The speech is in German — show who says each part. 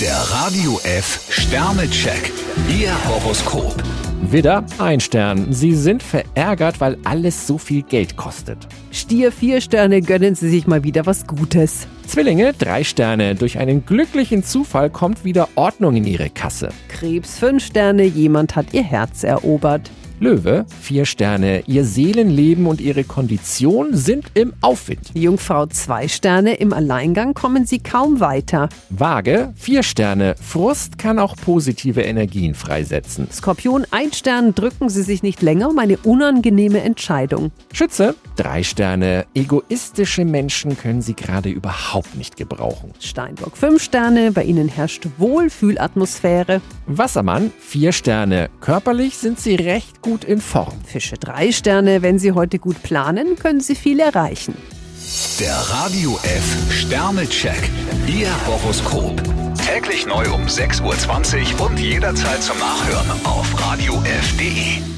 Speaker 1: Der Radio F Sternecheck. Ihr Horoskop.
Speaker 2: Widder, ein Stern. Sie sind verärgert, weil alles so viel Geld kostet.
Speaker 3: Stier vier Sterne gönnen Sie sich mal wieder was Gutes.
Speaker 2: Zwillinge, drei Sterne. Durch einen glücklichen Zufall kommt wieder Ordnung in ihre Kasse.
Speaker 3: Krebs fünf Sterne, jemand hat ihr Herz erobert.
Speaker 2: Löwe, vier Sterne. Ihr Seelenleben und ihre Kondition sind im Aufwind.
Speaker 3: Jungfrau zwei Sterne, im Alleingang kommen Sie kaum weiter.
Speaker 2: Waage, vier Sterne. Frust kann auch positive Energien freisetzen.
Speaker 3: Skorpion ein Stern, drücken Sie sich nicht länger um eine unangenehme Entscheidung.
Speaker 2: Schütze, drei Sterne. Egoistische Menschen können sie gerade überhaupt nicht gebrauchen.
Speaker 3: Steinbock fünf Sterne, bei Ihnen herrscht Wohlfühlatmosphäre.
Speaker 2: Wassermann, vier Sterne. Körperlich sind sie recht gut in Form.
Speaker 3: Fische drei Sterne, wenn Sie heute gut planen, können Sie viel erreichen.
Speaker 1: Der Radio F Sternecheck. Ihr Horoskop. Täglich neu um 6.20 Uhr und jederzeit zum Nachhören auf Radio radiof.de.